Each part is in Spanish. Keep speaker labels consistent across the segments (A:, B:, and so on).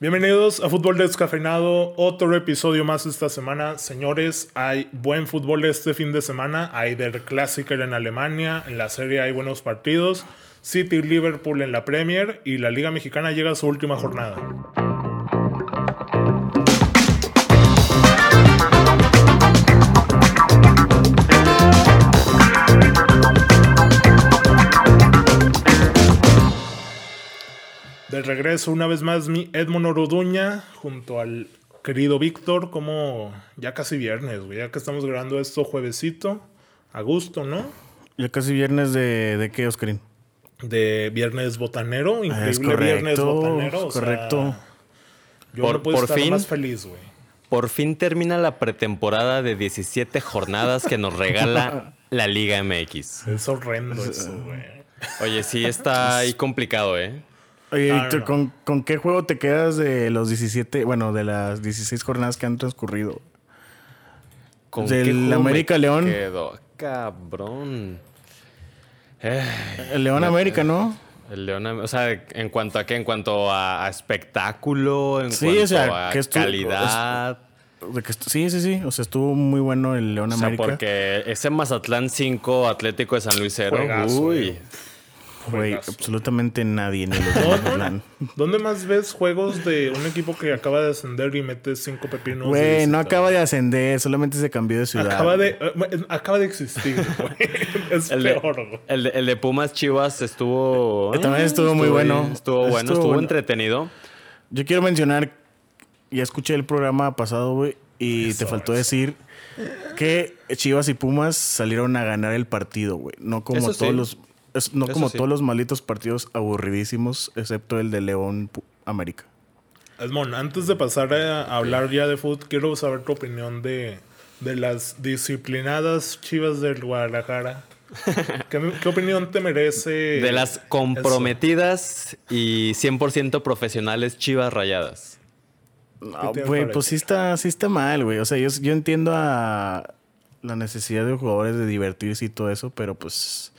A: Bienvenidos a Fútbol Descafeinado, otro episodio más esta semana. Señores, hay buen fútbol este fin de semana, hay del Clásico en Alemania, en la serie hay buenos partidos, City y Liverpool en la Premier y la Liga Mexicana llega a su última jornada. De regreso una vez más mi Edmond Oroduña junto al querido Víctor, como ya casi viernes, güey, ya que estamos grabando esto juevesito, a gusto, ¿no?
B: Ya casi viernes de, de qué, Oscarín?
A: De viernes botanero, increíble
B: Ah, correcto,
A: viernes botanero. o
B: es
A: sea,
B: correcto.
A: yo
C: Por-
A: no puedo
C: por
A: estar
C: fin.
A: más feliz, güey.
C: Por fin termina la pretemporada de 17 jornadas que nos regala la Liga MX.
A: Es horrendo eso,
C: eh,
A: güey.
C: Oye, sí está ahí complicado, ¿eh?
B: Oye,
A: Ah,
B: Víctor,
A: no.
B: ¿con, con qué juego te quedas de los 17, bueno, de las 16 jornadas que han transcurrido?
C: ¿Con
B: Del
C: qué juego me
B: América León.
C: Quedo? Cabrón. Eh,
B: El León América, ¿no?
C: el León, o sea, en cuanto a qué, en cuanto a, a espectáculo, en
B: Sí,
C: cuanto
B: o sea,
C: a
B: que estu-
C: calidad.
B: De que estu- sí, sí, sí. O sea, estuvo muy bueno el León
C: O sea,
B: América.
C: porque ese Mazatlán 5, Atlético de San Luis 0.
A: Juegazo,
C: Uy.
A: eh.
B: Güey,
A: Juegazo.
B: absolutamente nadie en el
A: No,
B: León
A: no,
B: Mazatlán.
A: ¿Dónde más ves juegos de un equipo que acaba de ascender y mete cinco pepinos? de
B: Güey, no
A: visitante?
B: acaba de ascender, solamente se cambió de ciudad.
A: Acaba de, eh, acaba de existir, güey. Es
C: El de,
A: peor, güey.
C: el de- el de Pumas Chivas estuvo.
B: Eh, también estuvo muy bueno.
C: Estuvo bueno,
B: Estuvo
C: estuvo,
B: bueno.
C: entretenido.
B: Yo quiero mencionar, ya escuché el programa pasado, güey, y te faltó decir que Chivas y Pumas salieron a ganar el partido, güey. No como
C: Eso sí.
B: todos los es- no
C: Eso
B: como
C: sí.
B: todos los malditos partidos aburridísimos, excepto el de León Pu- América.
A: Edmond, antes de pasar a a hablar ya de fútbol, quiero saber tu opinión de, de las disciplinadas chivas del Guadalajara. ¿Qué, qué opinión te merece?
C: De las comprometidas y 100% profesionales Chivas Rayadas.
B: No,
A: tienes
B: güey,
A: para
B: pues sí está, sí está mal, güey. O sea, yo, yo entiendo a la necesidad de los jugadores de divertirse y todo eso, pero pues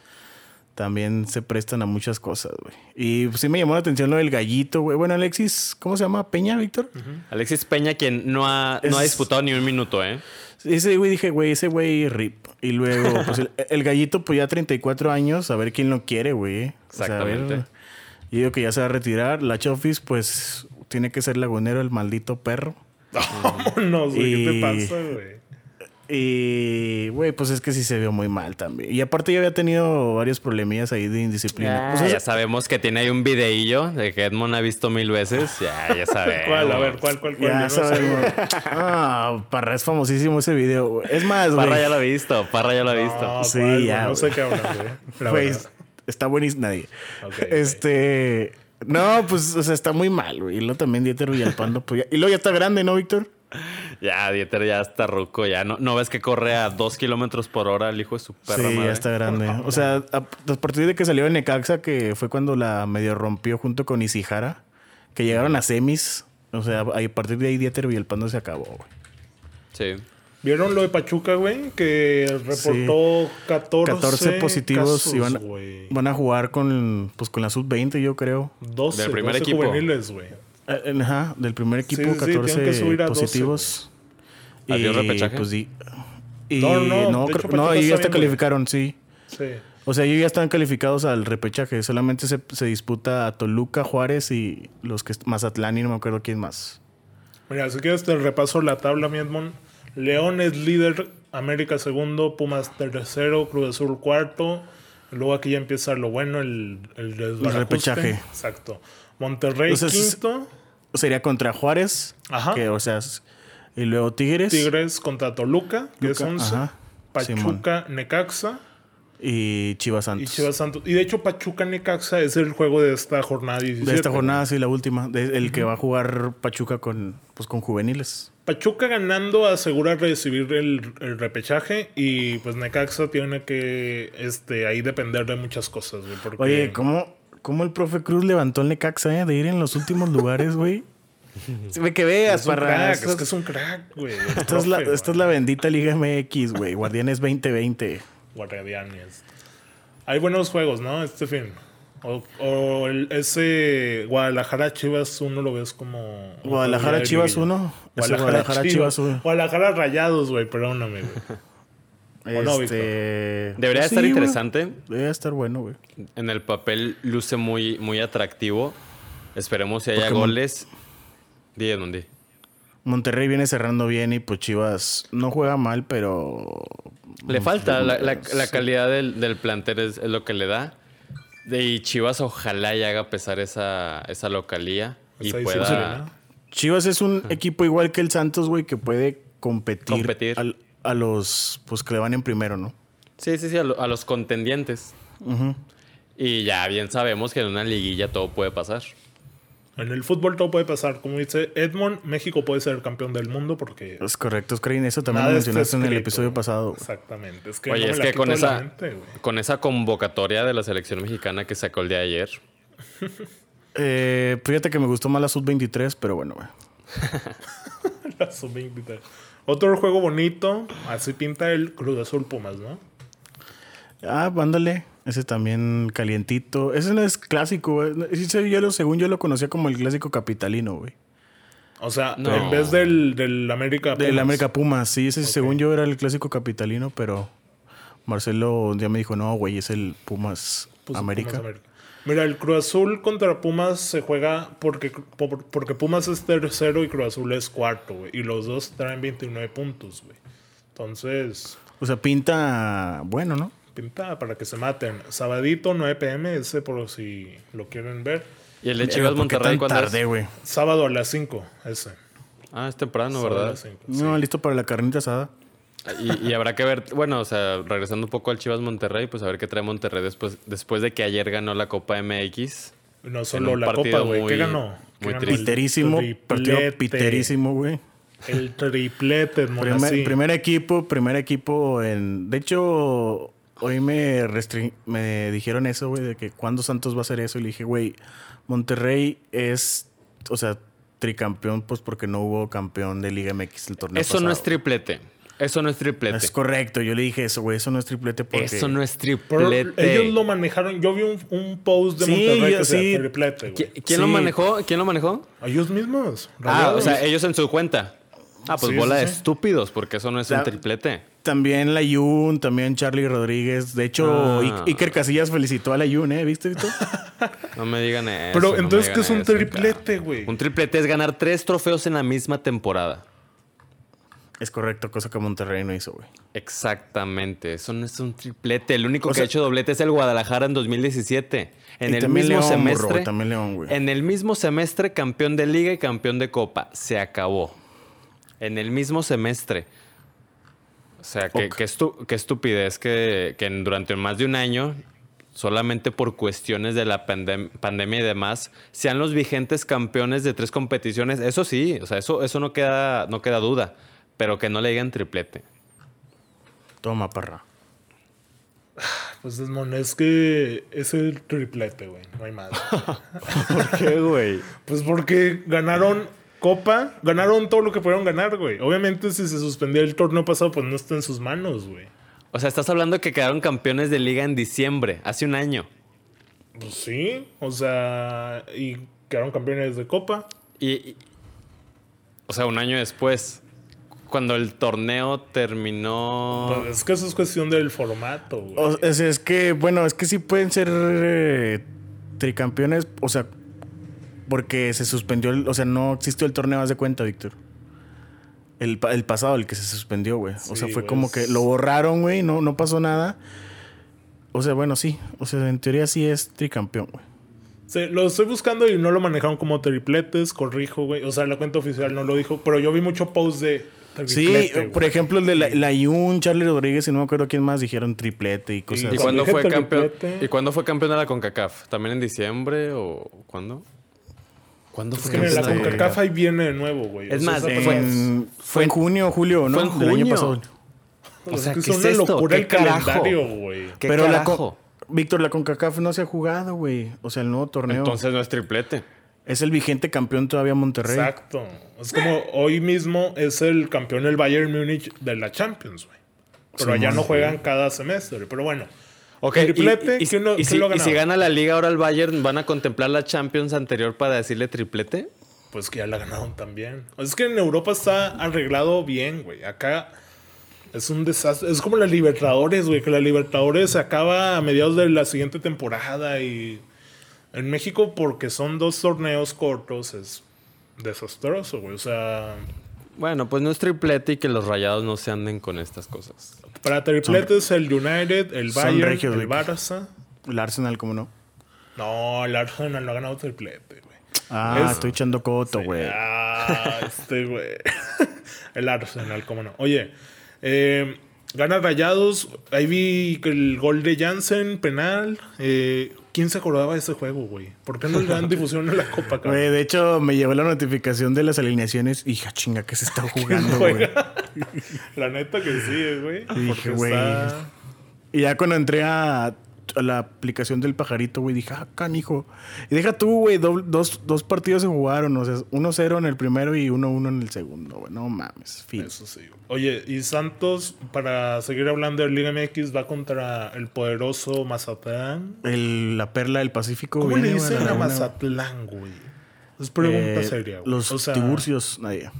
B: también se prestan a muchas cosas, güey. Y pues, sí me llamó la atención lo del gallito, güey. Bueno, Alexis, ¿cómo se llama? Peña, Víctor.
C: Alexis Peña, quien no ha, no ha
B: Es-
C: disputado ni un minuto, ¿eh?
B: Ese güey dije, güey, ese güey rip. Y luego, pues el, el gallito, pues ya 34 años, a ver quién lo quiere, güey. O sea, a ver,
C: Exactamente.
B: yo digo que ya se va a retirar. La Chofis, pues tiene que ser lagunero el maldito perro.
A: Vámonos, güey. ¿Qué te
B: Y-
A: pasa, güey?
B: Y, güey, pues es que sí se vio muy mal también. Y aparte ya había tenido varios problemillas ahí de indisciplina. Pues, o sea,
C: ya sabemos que tiene ahí un videillo de que Edmond ha visto mil veces. Ya, ya sabemos.
A: ¿Cuál? A ver, ¿cuál, cuál, cuál?
B: ya
A: Yo no sé,
B: sabemos.
A: güey.
B: Ah, Parra es famosísimo ese video. güey. Es más, güey.
C: Parra ya lo ha visto, Parra ya lo ha visto.
A: No,
B: Sí,
A: ¿cuál, güey?
B: ya,
A: Ah,
B: Pues,
A: No sé qué hablan, güey. La
B: Güey,
A: verdad.
B: está buenísimo. Nadie.
A: Ok,
B: este. No, pues, o sea, está muy mal, güey. Y luego también Dieter Villalpando. pues, ya- Y luego ya está grande, ¿no, Víctor?
C: Ya, Dieter ya está ruco, ya. ¿No, no ves que corre a dos kilómetros por hora el hijo de su
B: Sí,
C: perra madre?
B: ya está grande. O sea, a, a partir de que salió en Necaxa, que fue cuando la medio rompió junto con Isijara, que llegaron a semis. O sea, a partir de ahí Dieter Villalpando se acabó, güey.
C: Sí.
A: ¿Vieron lo de Pachuca, güey? Que reportó 14,
B: 14 positivos
A: casos,
B: y van,
A: güey.
B: van a jugar con, pues, con la sub-20, yo creo.
A: 12,
C: Del primer
A: 12
C: equipo.
A: juveniles, güey.
B: Eh, Ajá, del primer equipo,
A: Sí, sí, sí, tienen
B: 14
A: que subir a 12,
B: positivos.
C: güey. Adiós, repechaje.
B: pues, di- y
A: No,
B: no,
A: no,
B: no,
A: de
B: creo-
A: hecho, Pachuca
B: no, ellos
A: está
B: ya hasta
A: bien, güey.
B: calificaron, sí.
A: Sí.
B: O sea, ellos ya están calificados al repechaje. Solamente se, se disputa a Toluca, Juárez y los que... Mazatlán y no me acuerdo quién más.
A: Mira, si quieres te repaso la tabla, mi Edmond. León es líder, América segundo, Pumas tercero, Cruz Azul cuarto. Luego aquí ya empieza lo bueno, el, el desbarajuste.
B: repechaje.
A: Exacto. Monterrey
B: O sea, es-
A: quinto,
B: Sería contra Juárez.
A: Ajá.
B: que, o sea, es- y luego Tigres.
A: Tigres contra Toluca, que es
B: Luca,
A: once.
B: ajá,
A: Pachuca, Necaxa
B: Y
A: y
B: Chivas Santos.
A: Chivas Santos. Y de hecho, Pachuca Necaxa es el juego de esta jornada 17.
B: De esta jornada, sí, la última. de- el que va a jugar Pachuca con, pues, con juveniles.
A: Pachuca ganando asegura recibir el, el repechaje y pues Necaxa tiene que este ahí depender de muchas cosas, güey. Porque
B: Oye, ¿cómo, cómo el profe Cruz levantó el Necaxa, eh? De ir en los últimos lugares, güey. Sí, Me que veas,
A: es un
B: parra.
A: crack,
B: Esta,
A: es que es un crack, güey. el
B: esta es la,
A: profe,
B: esta
A: güey,
B: es la bendita Liga MX, güey. Guardianes 2020.
A: Guardianes. Hay buenos juegos, ¿no? Este fin. O, o el- ese Guadalajara Chivas uno lo ves como.
B: Guadalajara
A: Liguilla.
B: Chivas uno. Ese
A: Guadalajara,
B: Guadalajara
A: Chivas
B: Chivas uno.
A: Guadalajara Rayados, güey, perdóname, güey. O no,
B: Este...
C: Debería
B: pues sí,
C: estar
B: güey.
C: interesante.
B: Debería estar bueno, güey.
C: En el papel luce muy, muy atractivo. Esperemos si haya
B: Porque Mon-
C: goles. Di Edmundi.
B: Monterrey viene cerrando bien y pues Chivas no juega mal, pero.
C: Le falta la, la- la calidad del, del plantel es, es lo que le da. De- Y Chivas ojalá y haga pesar esa, esa localía y
A: Esa
C: pueda...
A: disciplina.
B: Chivas es un equipo igual que el Santos, güey, que puede competir,
C: Competir.
B: al- a los pues que le van en primero, ¿no?
C: Sí, sí, sí, a, lo- a los contendientes. Y ya bien sabemos que en una liguilla todo puede pasar.
A: En el fútbol todo puede pasar. Como dice Edmond, México puede ser campeón del mundo porque.
B: Es correcto, Screen. Eso también
A: nada
B: lo
A: está
B: mencionaste en el
A: escrito.
B: episodio pasado. güey.
A: Exactamente. Es que
C: Oye,
A: no me
C: es
A: la
C: que
A: quito
C: con
A: de la
C: esa,
A: mente, güey.
C: con esa convocatoria de la selección mexicana que sacó el día de ayer,
B: Eh, fíjate que me gustó más la sub-23, pero bueno, güey.
A: La sub-23. Otro juego bonito, así pinta el Cruz Azul Pumas, ¿no?
B: Ah, ándale. Ese también calientito. Ese no es clásico, güey. Ese yo lo, según yo lo conocía como el clásico capitalino, güey.
A: O sea,
C: No.
A: en vez del, del América
B: Del
A: Pumas.
B: América Pumas, sí, ese según yo era el clásico capitalino, pero Marcelo un día me dijo, no, güey, es Pues el Pumas
A: Puso
B: América.
A: pues, Pumas América. Mira, el Cruz Azul contra Pumas se juega porque, por- porque Pumas es tercero y Cruz Azul es cuarto, güey. Y los dos traen 29 puntos, güey. Entonces,
B: O sea, pinta bueno, ¿no?
A: pinta para que se maten. Sabadito, 9 pm, ese por si lo quieren ver.
C: y el de
B: Pero,
C: Chivas
B: ¿por qué
C: Monterrey
B: tan
C: cuando
B: tarde, güey.
A: Sábado a las 5, ese.
C: Ah, es temprano,
A: Sábado a
C: ¿verdad?
A: las 5.
B: No, listo para la carnita asada.
C: Y, y habrá que ver, bueno, o sea, regresando un poco al Chivas Monterrey, pues a ver qué trae Monterrey después, después de que ayer ganó la Copa MX.
A: No
C: En
A: solo
C: un
A: la
C: partido
A: copa, güey. ¿Qué
C: muy-
A: ganó? ¿Qué
C: muy
A: ganó?
C: triste.
B: Piterísimo,
A: El
B: partido
A: triplete.
B: piterísimo, güey.
A: El triplete, hermano.
B: Primer,
A: así.
B: primer equipo, primer equipo en... De hecho, hoy me, restri- me dijeron eso, güey, de que cuándo Santos va a hacer eso. Y le dije, güey, Monterrey es, o sea, tricampeón, pues porque no hubo campeón de Liga MX el torneo
C: Eso no es
B: pasado.
C: triplete. Eso no es triplete.
B: Es correcto, yo le dije eso, güey, eso no es triplete porque...
C: Eso no es
A: Pero
C: triplete.
A: ellos lo manejaron. Yo vi un, un post de
B: Sí,
A: Monterrey
B: yo-
A: que sea
B: sí.
A: triplete, güey.
C: ¿Qui- ¿Quién lo
B: Sí.
C: manejó? ¿Quién lo manejó?
A: Ellos mismos.
C: Ah, o
A: rayados.
C: sea, ellos en su cuenta. Ah, pues
A: Sí,
C: bola
A: sí,
C: de
A: sí.
C: estúpidos, porque eso no es
B: La-
C: un triplete.
B: También la Yun, también Charlie Rodríguez. De hecho,
C: Ah.
B: I- Iker Casillas felicitó a la Yun, ¿eh? ¿Viste, Víctor?
C: No me digan eso.
A: Pero,
C: no me
A: entonces,
C: digan
A: ¿qué es un
C: eso, cabrón.
A: triplete, güey?
C: Un triplete es ganar tres trofeos en la misma temporada.
B: es correcto, cosa que Monterrey no hizo, güey.
C: Exactamente, eso no es un triplete. El único
B: O
C: que
B: sea-
C: ha hecho doblete es el Guadalajara en 2017. En
B: Y
C: el
B: también
C: mismo
B: León, burro,
C: semestre.
B: también León, güey.
C: En el mismo semestre, campeón de liga y campeón de copa. Se acabó. En el mismo semestre. O sea, qué,
B: Ok.
C: qué estu- qué estupidez que, que en- durante más de un año, solamente por cuestiones de la pandem- pandemia y demás, sean los vigentes campeones de tres competiciones. Eso sí, o sea, eso, eso no, queda, no queda duda. Pero que no le digan triplete.
B: Toma, parra.
A: Pues Desmond, es que es el triplete, güey. No hay más.
C: ¿Por qué, güey?
A: pues porque ganaron copa, ganaron todo lo que pudieron ganar, güey. Obviamente, si se suspendía el torneo pasado, pues no está en sus manos, güey.
C: O sea, estás hablando que quedaron campeones de liga en diciembre, hace un año.
A: Pues sí, o sea, y quedaron campeones de copa.
C: Y, y- o sea, un año después, cuando el torneo terminó...
A: Pues es que eso es cuestión del formato, güey.
B: Ah. O sea, eh. es, es que, bueno, es que sí pueden ser eh, tricampeones, o sea, porque se suspendió, el- o sea, no existió el torneo, haz de cuenta, Víctor. El, pa- el pasado, el que se suspendió, güey. o sea,
A: Sí,
B: fue
A: güey,
B: como
A: es-
B: que lo borraron, güey, no, no pasó nada. O sea, bueno, sí. O sea, en teoría sí es tricampeón, güey.
A: Sí, lo estoy buscando y no lo manejaron como tripletes, corrijo, güey. O sea, la cuenta oficial no lo dijo, pero yo vi mucho post de
B: Sí,
A: triplete, güey.
B: por ejemplo, el de la, la Yun, Charlie Rodríguez y no me acuerdo quién más dijeron triplete y cosas
C: ¿Y
A: Cuando dije
B: así.
C: cuándo fue campeón?
A: triplete-
C: ¿Y cuándo fue campeón de la CONCACAF? ¿También en diciembre o cuándo? ¿Cuándo
A: Es
C: fue
A: que mira, la
C: campeón de la
A: CONCACAF ahí viene de nuevo, güey.
C: Es más,
A: esa-
B: este, En-
C: pues fue-
B: fue, en junio, julio, ¿no?
C: fue en
B: Del año
C: junio.
B: pasado.
C: O sea,
A: es que
C: ¿qué
A: es
C: es
A: una
C: esto?
A: locura
C: ¿Qué
A: el
C: carajo?
A: calendario, güey.
C: ¿Qué
B: Pero la
C: carajo?
B: con- Víctor, la CONCACAF no se ha jugado, güey. O sea, el nuevo torneo.
C: Entonces no es triplete.
B: es el vigente campeón todavía Monterrey.
A: Exacto. Es como hoy mismo es el campeón el Bayern Múnich de la Champions, güey. Pero
B: Sí,
A: allá
B: mon,
A: no juegan cada semestre. Pero bueno,
C: Ok,
A: Triplete,
C: y, y-
A: ¿quién lo-
C: y
A: quién
C: si,
A: lo
C: y si
A: ganaba?
C: gana la liga ahora el Bayern, ¿van a contemplar la Champions anterior para decirle triplete?
A: Pues que ya la ganaron también. O sea, Es que en Europa está arreglado bien, güey. Acá es un desastre. Es como la Libertadores, güey. Que la Libertadores se acaba a mediados de la siguiente temporada. Y en México, porque son dos torneos cortos, es desastroso, güey. O sea,
C: Bueno, pues no es triplete y que los rayados no se anden con estas cosas.
A: para tripletes, el United, el
B: son
A: Bayern,
B: regios,
A: el
B: güey.
A: Barça.
B: El Arsenal, ¿cómo no?
A: No, el Arsenal no ha ganado triplete, güey.
B: Ah,
A: Es-
B: estoy echando coto, güey.
A: Ah, este güey. el Arsenal, cómo no. Oye, eh, gana Rayados. Ahí vi que el gol de Jansen, penal. Eh, ¿Quién se acordaba de ese juego, güey? ¿Por qué no le dan difusión a la Copa, cabrón?
B: Güey, de hecho, me llegó la notificación de las alineaciones. Hija chinga, que se está jugando, güey.
A: Juega. la neta que sí, güey.
B: Dije,
A: Porque
B: güey.
A: está-
B: Y ya cuando entré a, a la aplicación del pajarito, güey, dije, ah, canijo. Y deja tú, güey, doble- dos, dos partidos se jugaron. O sea, 1-0 en el primero y 1-1 en el segundo, güey. No mames, fin.
A: Eso sí. Oye, y Santos, para seguir hablando de Liga MX, va contra el poderoso Mazatlán.
B: El- la perla del Pacífico,
A: ¿Cómo
B: viene,
A: le
B: güey,
A: dicen a
B: una-
A: Mazatlán, güey? Es pregunta
B: eh,
A: seria, güey.
B: Los
A: O sea,
B: tiburcios, nadie.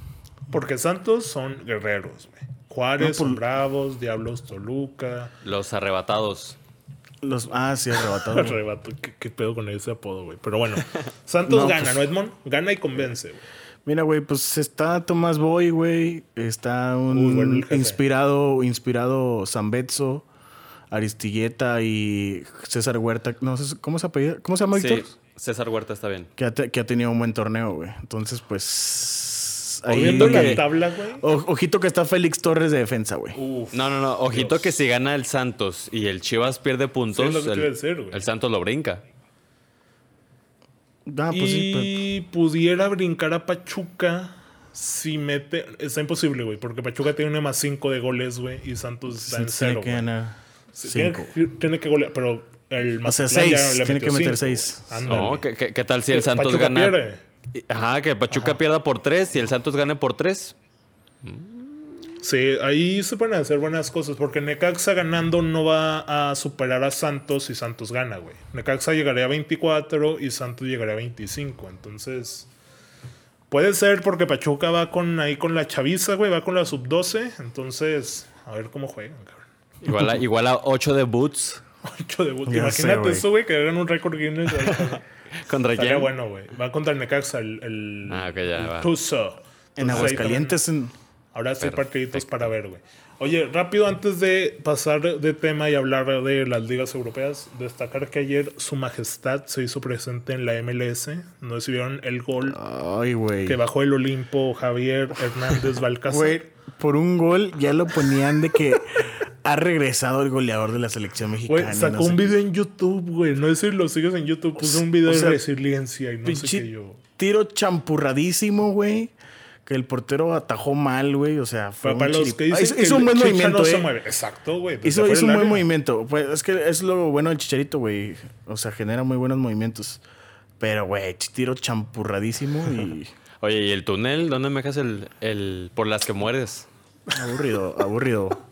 A: Porque Santos son guerreros, güey. Juárez
B: No, por-
A: son bravos, Diablos Toluca.
C: Los arrebatados.
B: Los, ah, sí, arrebatado. güey.
A: Arrebato, ¿qué, qué pedo con ese apodo, güey? Pero bueno, Santos
B: No,
A: gana,
B: pues-
A: ¿no, Edmond? Gana y convence, güey.
B: Mira, güey, pues está Tomás Boy, güey. Está un
A: Uy, bueno, el jefe.
B: inspirado, inspirado Zambetso, Aristigueta y César Huerta. No sé, ¿cómo se apellida? ¿Cómo se llama
C: Sí,
B: Víctor?
C: César Huerta está bien.
B: Que ha, te- que ha tenido un buen torneo, güey. Entonces, pues.
A: O
B: ahí-
A: viendo la
C: que-
A: tabla, güey.
B: O- ojito que está Félix Torres de defensa, güey.
A: Uf.
C: No, no, no. Ojito
A: Dios.
C: que si gana el Santos y el Chivas pierde puntos,
A: Sí, es lo que te
C: el,
A: iba a decir, güey.
C: el Santos lo brinca.
B: Ah, pues sí, pero-
A: y pudiera brincar a Pachuca si mete. Está imposible, güey, porque Pachuca tiene una más 5 de goles, güey, y Santos está en
B: Santos tiene
A: cero.
B: pues, que
A: güey.
B: ganar
A: Sí,
B: cinco.
A: Tiene, que- tiene que golear, pero el
B: O sea,
A: Mazatlán ya
B: seis,
A: le
B: tiene
A: metió
B: que
A: cinco,
B: meter seis.
A: güey. Ándale.
C: No, ¿qué, qué, qué tal si Ah, el Santos
A: Mm. Pachuca
C: gana?
A: pierde.
C: Ajá, que Pachuca pierda por tres y el Santos gane por tres.
A: Sí, ahí se pueden hacer buenas cosas, porque Necaxa ganando no va a superar a Santos si Santos gana, güey. Necaxa llegaría a 24 y Santos llegaría a 25, entonces puede ser porque Pachuca va con ahí con la chaviza, güey, va con la sub 12, entonces a ver cómo juegan, cabrón.
C: Igual a, igual a ocho debuts
A: Ocho debuts.
B: Ya sé,
A: Imagínate
B: güey.
A: eso, güey, que hagan un récord Guinness.
C: contra
A: Estaría
C: quién.
A: bueno, güey. Va contra el Necaxa, el, el,
C: Ah, ok, ya
A: el
C: va.
A: Tuzo.
B: En
A: Entonces, Pues ahí también-
B: Aguascalientes. en-
A: Ahora sí, partiditos para ver, güey. Oye, rápido, antes de pasar de tema y hablar de las ligas europeas, destacar que ayer Su Majestad se hizo presente en la MLS. No sé si vieron el gol
B: Ay, güey.
A: que bajó el Olimpo Javier Hernández Balcázar.
B: Güey, por un gol ya lo ponían de que ha regresado el goleador de la selección mexicana.
A: Güey,
B: no
A: sacó
B: sé
A: un
B: qué.
A: video en YouTube, güey. No sé si lo sigues en YouTube. Puso un video
B: o sea,
A: de resiliencia y no sé qué
B: Pinche
A: yo.
B: tiro champurradísimo, güey. Que el portero atajó mal, güey. O sea, fue
A: Pero para
B: un
A: los
B: chiri-
A: que dicen
B: hizo,
A: que
B: hizo
A: el
B: un buen
A: Chicha
B: movimiento,
A: no se
B: eh.
A: mueve. Exacto, güey. Desde
B: Hizo,
A: fuera
B: hizo
A: del
B: un buen
A: área.
B: movimiento. Pues es que es lo bueno del chicharito, güey. O sea, genera muy buenos movimientos. Pero, güey, ch- tiro champurradísimo y
C: Oye, ¿y el túnel? ¿Dónde me dejas el, el por las que mueres?
B: aburrido, aburrido.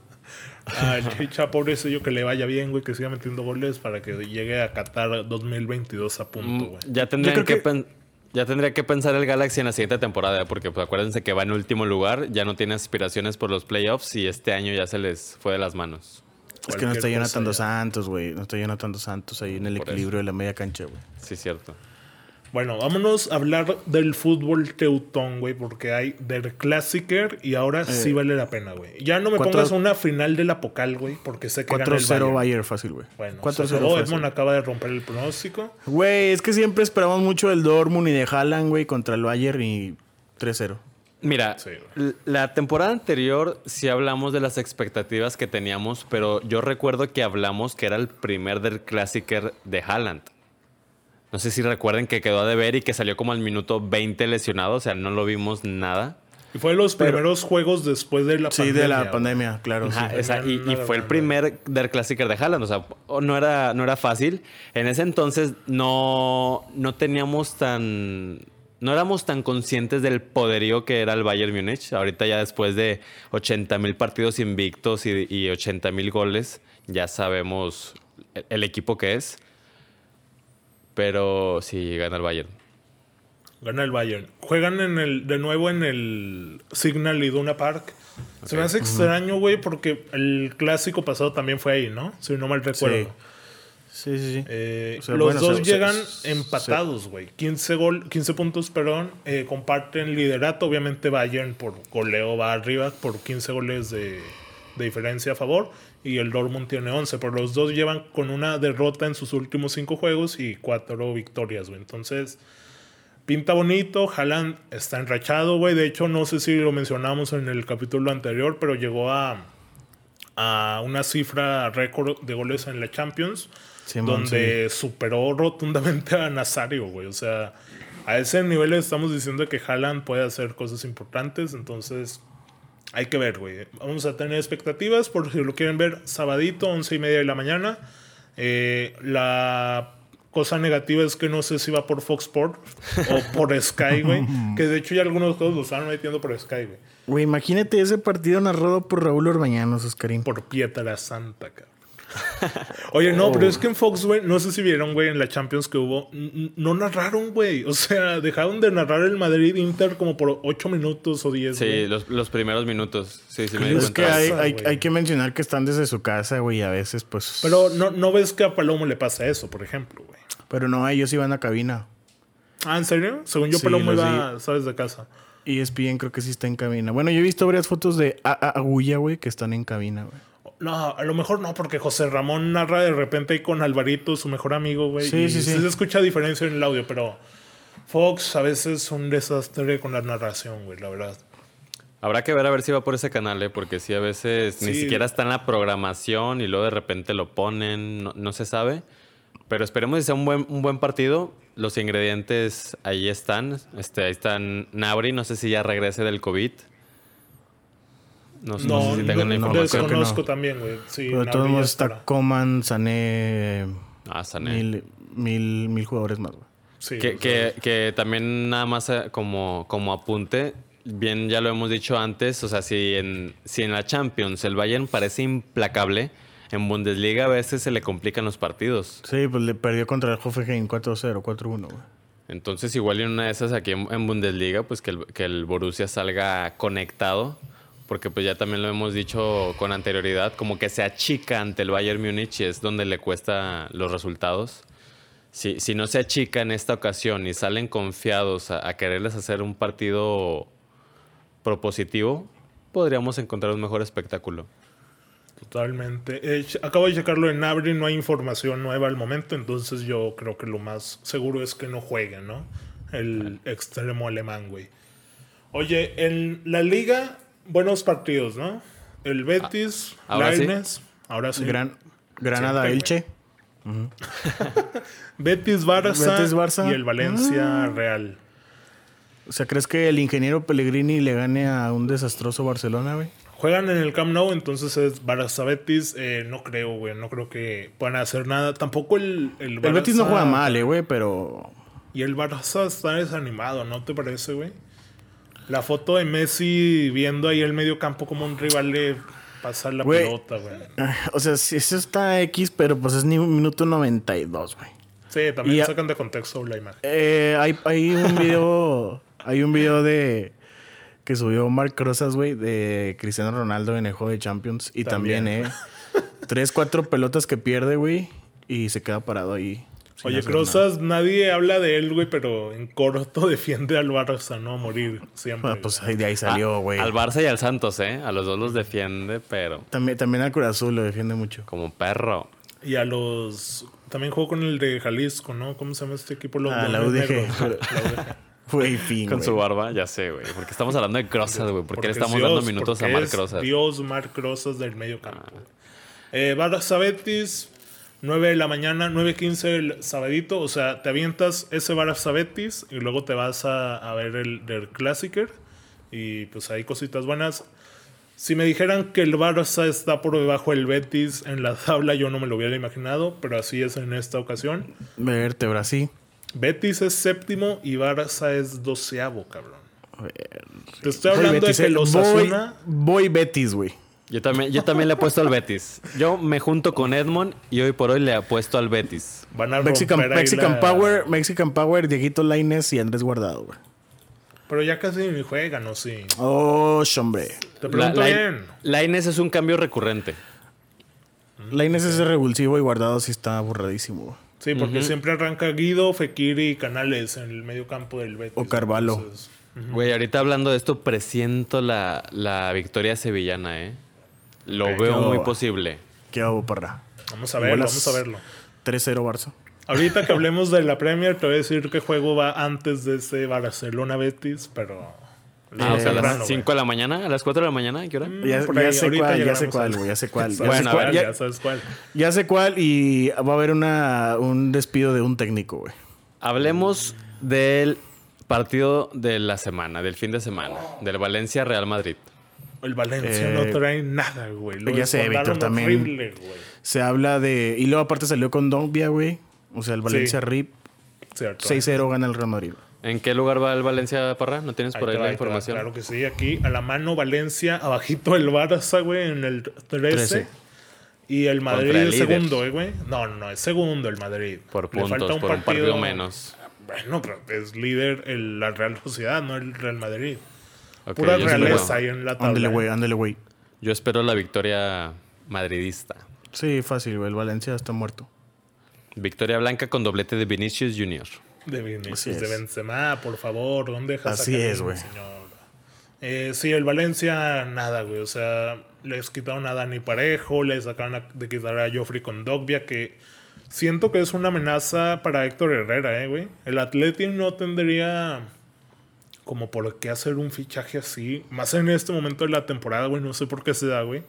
A: Al Chicha, pobrecillo, que le vaya bien, güey, que siga metiendo goles para que llegue a Qatar 2022 a punto, güey.
C: Mm, Ya tendrían
B: Yo
C: que,
B: creo Mm, que-
C: pen- ya tendría que pensar el Galaxy en la siguiente temporada, porque pues, acuérdense que va en último lugar, ya no tiene aspiraciones por los playoffs y este año ya se les fue de las manos.
B: es que no está
A: Cualquier cosa
B: Jonathan dos
A: ya.
B: Santos, güey. No está Jonathan dos Santos ahí en el
C: Por eso.
B: equilibrio de la media cancha, güey.
C: Sí, cierto.
A: Bueno, vámonos a hablar del fútbol teutón, güey, porque hay del Classicer y ahora sí vale la pena, güey. Ya no me
B: Eh, cuatro-
A: pongas una final del Apocal, güey, porque sé que gana el
B: 4-0
A: Bayern.
B: Bayern fácil, güey.
A: Bueno, 4
B: 4-0
A: Edmond
B: fácil.
A: acaba de romper el pronóstico.
B: Güey, es que siempre esperamos mucho del Dortmund y de Haaland, güey, contra el Bayern y 3-0.
C: Mira,
A: Sí, güey.
C: l- la temporada anterior sí hablamos de las expectativas que teníamos, pero yo recuerdo que hablamos que era el primer del Classicer de Haaland. No sé si recuerden que quedó a deber y que salió como al minuto 20 lesionado, o sea, no lo vimos nada.
A: Y fue de los primeros juegos después de la
B: Sí,
A: pandemia.
B: de la
A: güey.
B: pandemia, claro.
C: Ajá,
B: sí.
C: esa- y, y
A: nada,
C: fue el
A: nada.
C: primer Der Klassiker de Haaland, o sea, o- no era, no era fácil. En ese entonces no, no teníamos tan... No éramos tan conscientes del poderío que era el Bayern Múnich. Ahorita ya después de 80 mil partidos invictos y, y 80 mil goles, ya sabemos el, el equipo que es. Pero sí, gana el Bayern.
A: Gana el Bayern. Juegan en el, de nuevo en el Signal Iduna Park. Se me hace extraño, güey, porque el clásico pasado también fue ahí, ¿no? Si no mal recuerdo.
B: Sí, sí, sí.
A: Eh,
B: O sea,
A: los
B: bueno,
A: dos
B: se- se-
A: llegan
B: se-
A: empatados, güey. 15, gol, 15 puntos, perdón. eh, comparten liderato. Obviamente Bayern por goleo va arriba por 15 goles de, de diferencia a favor. Y el Dortmund tiene 11. Pero los dos llevan con una derrota en sus últimos 5 juegos y 4 victorias, güey. Entonces... Pinta bonito, Haaland está enrachado, güey. De hecho, no sé si lo mencionamos en el capítulo anterior, pero llegó a, a una cifra récord de goles en la Champions
B: Simón,
A: donde superó rotundamente a Nazario, güey. O sea, a ese nivel estamos diciendo que Haaland puede hacer cosas importantes, entonces hay que ver, güey. Vamos a tener expectativas por si lo quieren ver sabadito, once y media de la mañana. Eh, la cosa negativa es que no sé si va por Fox Sport o por Sky, güey. Que de hecho ya algunos juegos lo están metiendo por Sky, güey.
B: sí. Güey, imagínate ese partido narrado por Raúl Orbañanos, Oscarín.
A: por Pietara Santa, cabrón. Oye, no, pero es que en Fox, güey, no sé si vieron, güey, en la Champions que hubo, n- n- no narraron, güey. O sea, dejaron de narrar el Madrid Inter como por 8 minutos o 10.
C: Sí,
A: güey.
C: los, los primeros minutos. Sí, sí, me di
B: Pues Es que
C: cuenta.
B: hay,
A: Casa,
B: hay-
A: güey.
B: hay que mencionar que están desde su casa, güey, y a veces, pues.
A: Pero no, no ves que a Palomo le pasa eso, por ejemplo, güey.
B: Pero no, ellos iban a cabina.
A: Ah, ¿en serio? Según yo,
B: Sí,
A: Palomo
B: los
A: iba, sabes, de casa.
B: ESPN creo que sí está en cabina. Bueno, yo he visto varias fotos de A- A- Agulla, güey, que están en cabina, güey.
A: No, a lo mejor no, porque José Ramón narra de repente ahí con Alvarito, su mejor amigo, güey.
B: Sí,
A: y
B: sí, sí.
A: Se escucha diferencia en el audio, pero Fox a veces es un desastre con la narración, güey, la verdad.
C: Habrá que ver a ver si va por ese canal, ¿eh? porque sí, a veces ni
A: Sí.
C: siquiera está en la programación y luego de repente lo ponen, no, no se sabe. Pero esperemos que sea un buen, un buen partido. Los ingredientes ahí están. Este, ahí están Nabri, no sé si ya regrese del COVID. No, sé- no
A: No,
C: sé si tengan la
A: no,
C: información.
B: creo que
A: desconozco
B: no.
A: también, güey. Sí,
B: Pero de
A: Nabri
B: todos
A: ya
B: modos está
A: estará.
B: Coman, Sané,
C: Ah, Sané.
B: mil, mil, mil jugadores más, güey.
A: Sí,
C: Que,
A: o sea,
C: que- que también nada más eh, como, como apunte, bien ya lo hemos dicho antes, o sea, si en, si en la Champions el Bayern parece implacable, en Bundesliga a veces se le complican los partidos.
B: Sí, pues le perdió contra el Hoffenheim 4-0, 4-1, güey.
C: Entonces igual en una de esas aquí en, en Bundesliga, pues que el, que el Borussia salga conectado, porque pues ya también lo hemos dicho con anterioridad, como que se achica ante el Bayern Múnich y es donde le cuesta los resultados. Si, si no se achica en esta ocasión y salen confiados a, a quererles hacer un partido propositivo, podríamos encontrar un mejor espectáculo.
A: Totalmente. Eh, che- acabo de checarlo en Abri, no hay información nueva al momento, entonces yo creo que lo más seguro es que no juegue, ¿no? El extremo alemán, güey. Oye, en la liga, buenos partidos, ¿no? El Betis,
C: Ah, ahora sí.
A: Lainez, ahora sí.
B: Gran, Granada,
A: güey.
B: Elche.
A: Betis, Barça,
B: Betis, Barça. Ah.
A: y el Valencia Real.
B: O sea, ¿crees que el ingeniero Pellegrini le gane a un desastroso Barcelona, güey?
A: Juegan en el Camp Nou, entonces es Barça Betis. eh, no creo, güey. No creo que puedan hacer nada. Tampoco el, el
B: El Betis no
A: Barça-
B: juega mal, eh, güey, pero
A: Y el Barça está desanimado, ¿no te parece, güey? La foto de Messi viendo ahí el medio campo como un rival le pasa la
B: Güey.
A: pelota, güey.
B: O sea, sí, eso está X, pero pues es ni minuto 92, güey.
A: Sí, también
B: Y a-
A: sacan de contexto la imagen.
B: Eh, hay, hay un video. hay un video de. Que subió Mark Rosas, güey, de Cristiano Ronaldo en el juego de Champions. Y también,
A: También.
B: eh. Tres, cuatro pelotas que pierde, güey. Y se queda parado ahí. sin
A: Oye,
B: hacer nada.
A: Crozas, nadie habla de él, güey, pero en corto defiende al Barça, ¿no? A morir siempre.
B: Ah,
A: güey.
B: pues ahí- de ahí salió,
C: Ah,
B: güey.
C: al Barça y al Santos, ¿eh? A los dos los defiende, pero
B: También, también al Cruz Azul lo defiende mucho.
C: como perro.
A: Y a los... También jugó con el de Jalisco, ¿no? ¿Cómo se llama este equipo? Los
B: Ah, la
A: Leones
B: UDG.
A: Negros. La UDG.
B: Güey, fin.
C: Con
B: güey.
C: su barba, ya sé, güey. Porque estamos hablando de Crozas, güey. ¿Por qué
A: Porque
C: le
A: es
C: estamos
A: Dios,
C: dando minutos a
A: porque
C: Marc
A: es
C: Crozas?
A: Dios, Marc Rosas del medio campo.
C: Ah.
A: Eh, Barça Betis, 9 de la mañana, 9.15 el sabadito. O sea, te avientas ese Barça Betis y luego te vas a, a ver el del Clásiker. Y pues hay cositas buenas. Si me dijeran que el Barça está por debajo del Betis en la tabla, yo no me lo hubiera imaginado, pero así es en esta ocasión.
B: Vértebra, sí.
A: Betis es séptimo y Barça es doceavo, cabrón. Te estoy
B: Voy
A: hablando
B: Betis,
A: de que
B: eh.
A: los
B: Voy-
A: Osasuna...
B: Voy Betis, güey.
C: Yo también, yo también le apuesto al Betis. Yo me junto con Edmond y hoy por hoy le apuesto al Betis.
A: Van a
B: Mexican,
A: romper ahí
B: Mexican
A: la-
B: Power, Mexican Power, Dieguito Laines y Andrés Guardado, güey.
A: Pero ya casi ni juegan, ¿o sí?
B: Oh, hombre.
A: Te pregunto
C: La- la-
A: bien.
C: la Inés es un cambio recurrente.
B: Laines es revulsivo y Guardado sí está borradísimo. güey.
A: Sí, porque siempre arranca Guido, Fekiri y Canales en el medio campo del Betis.
B: O Carvalho.
A: Entonces,
C: Güey, ahorita hablando de esto, presiento la, la victoria sevillana, ¿eh? Lo
A: Ok.
C: veo
B: No.
C: muy posible.
B: ¿Qué hago, parra?
A: vamos a verlo,
B: Buenas.
A: vamos a verlo.
B: 3-0 Barça.
A: Ahorita que hablemos de la Premier, te voy a decir qué juego va antes de ese Barcelona-Betis, pero...
C: Ah, o sea, a
A: Temprano,
C: las
A: güey. Mm.
C: 5 de la mañana, a las 4 de la mañana, ¿a ¿qué hora?
B: Ya,
A: por
B: ya
A: ahí,
B: sé
A: ahorita
B: cuál, ya
A: llegamos
B: sé cuál,
A: a-
B: güey, ya sé cuál. ya,
A: Sabes
B: sé
C: Bueno, a
B: cuál
A: cuál, ya
B: ya-
A: sabes cuál.
B: ya sé cuál y va a haber una, un despido de un técnico, güey.
C: Hablemos del partido de la semana, del fin de semana, del Valencia-Real Madrid.
A: El Valencia
B: Eh,
A: no trae nada, güey. Lo
B: ya sé,
A: desbordaron
B: Víctor, también.
A: horrible, güey.
B: Se habla de... Y luego aparte salió con Dombia, güey. O sea, el Valencia RIP.
A: Cierto.
B: 6-0 gana el Real Madrid.
C: ¿En qué lugar va el Valencia, Parra? ¿No tienes
A: Ahí
C: por ahí
A: trae,
C: la información?
A: Claro que sí, aquí a la mano Valencia, abajito el Barça, güey, en el 13.
B: 13.
A: Y el Madrid
C: Contra el
A: es
C: líder.
A: segundo, eh, güey. No, no, no, es segundo el Madrid.
C: Por
A: Le falta
C: puntos, por un partido menos.
A: Bueno, pero es líder el, la Real Sociedad, no el Real Madrid.
C: Ok,
A: Pura
C: yo,
A: realeza
C: espero,
A: ahí en la tabla.
B: Ándale, güey,
A: eh.
B: ándale, güey.
C: yo espero la victoria madridista.
B: Sí, fácil, güey. El Valencia está muerto.
C: Victoria blanca con doblete de Vinicius Jr.
A: De Vinicius,
B: Así es.
A: de Benzema, por favor, ¿dónde dejas a
B: Así
A: Karim,
B: es, güey.
A: señor? Eh, sí, el Valencia, nada, güey. O sea, les quitaron a Dani Parejo, les acaban a- de quitar a Joffrey con Dogbia, que siento que es una amenaza para Héctor Herrera, eh, güey. El Atleti no tendría como por qué hacer un fichaje así. Más en este momento de la temporada, güey. No sé por qué se da, güey.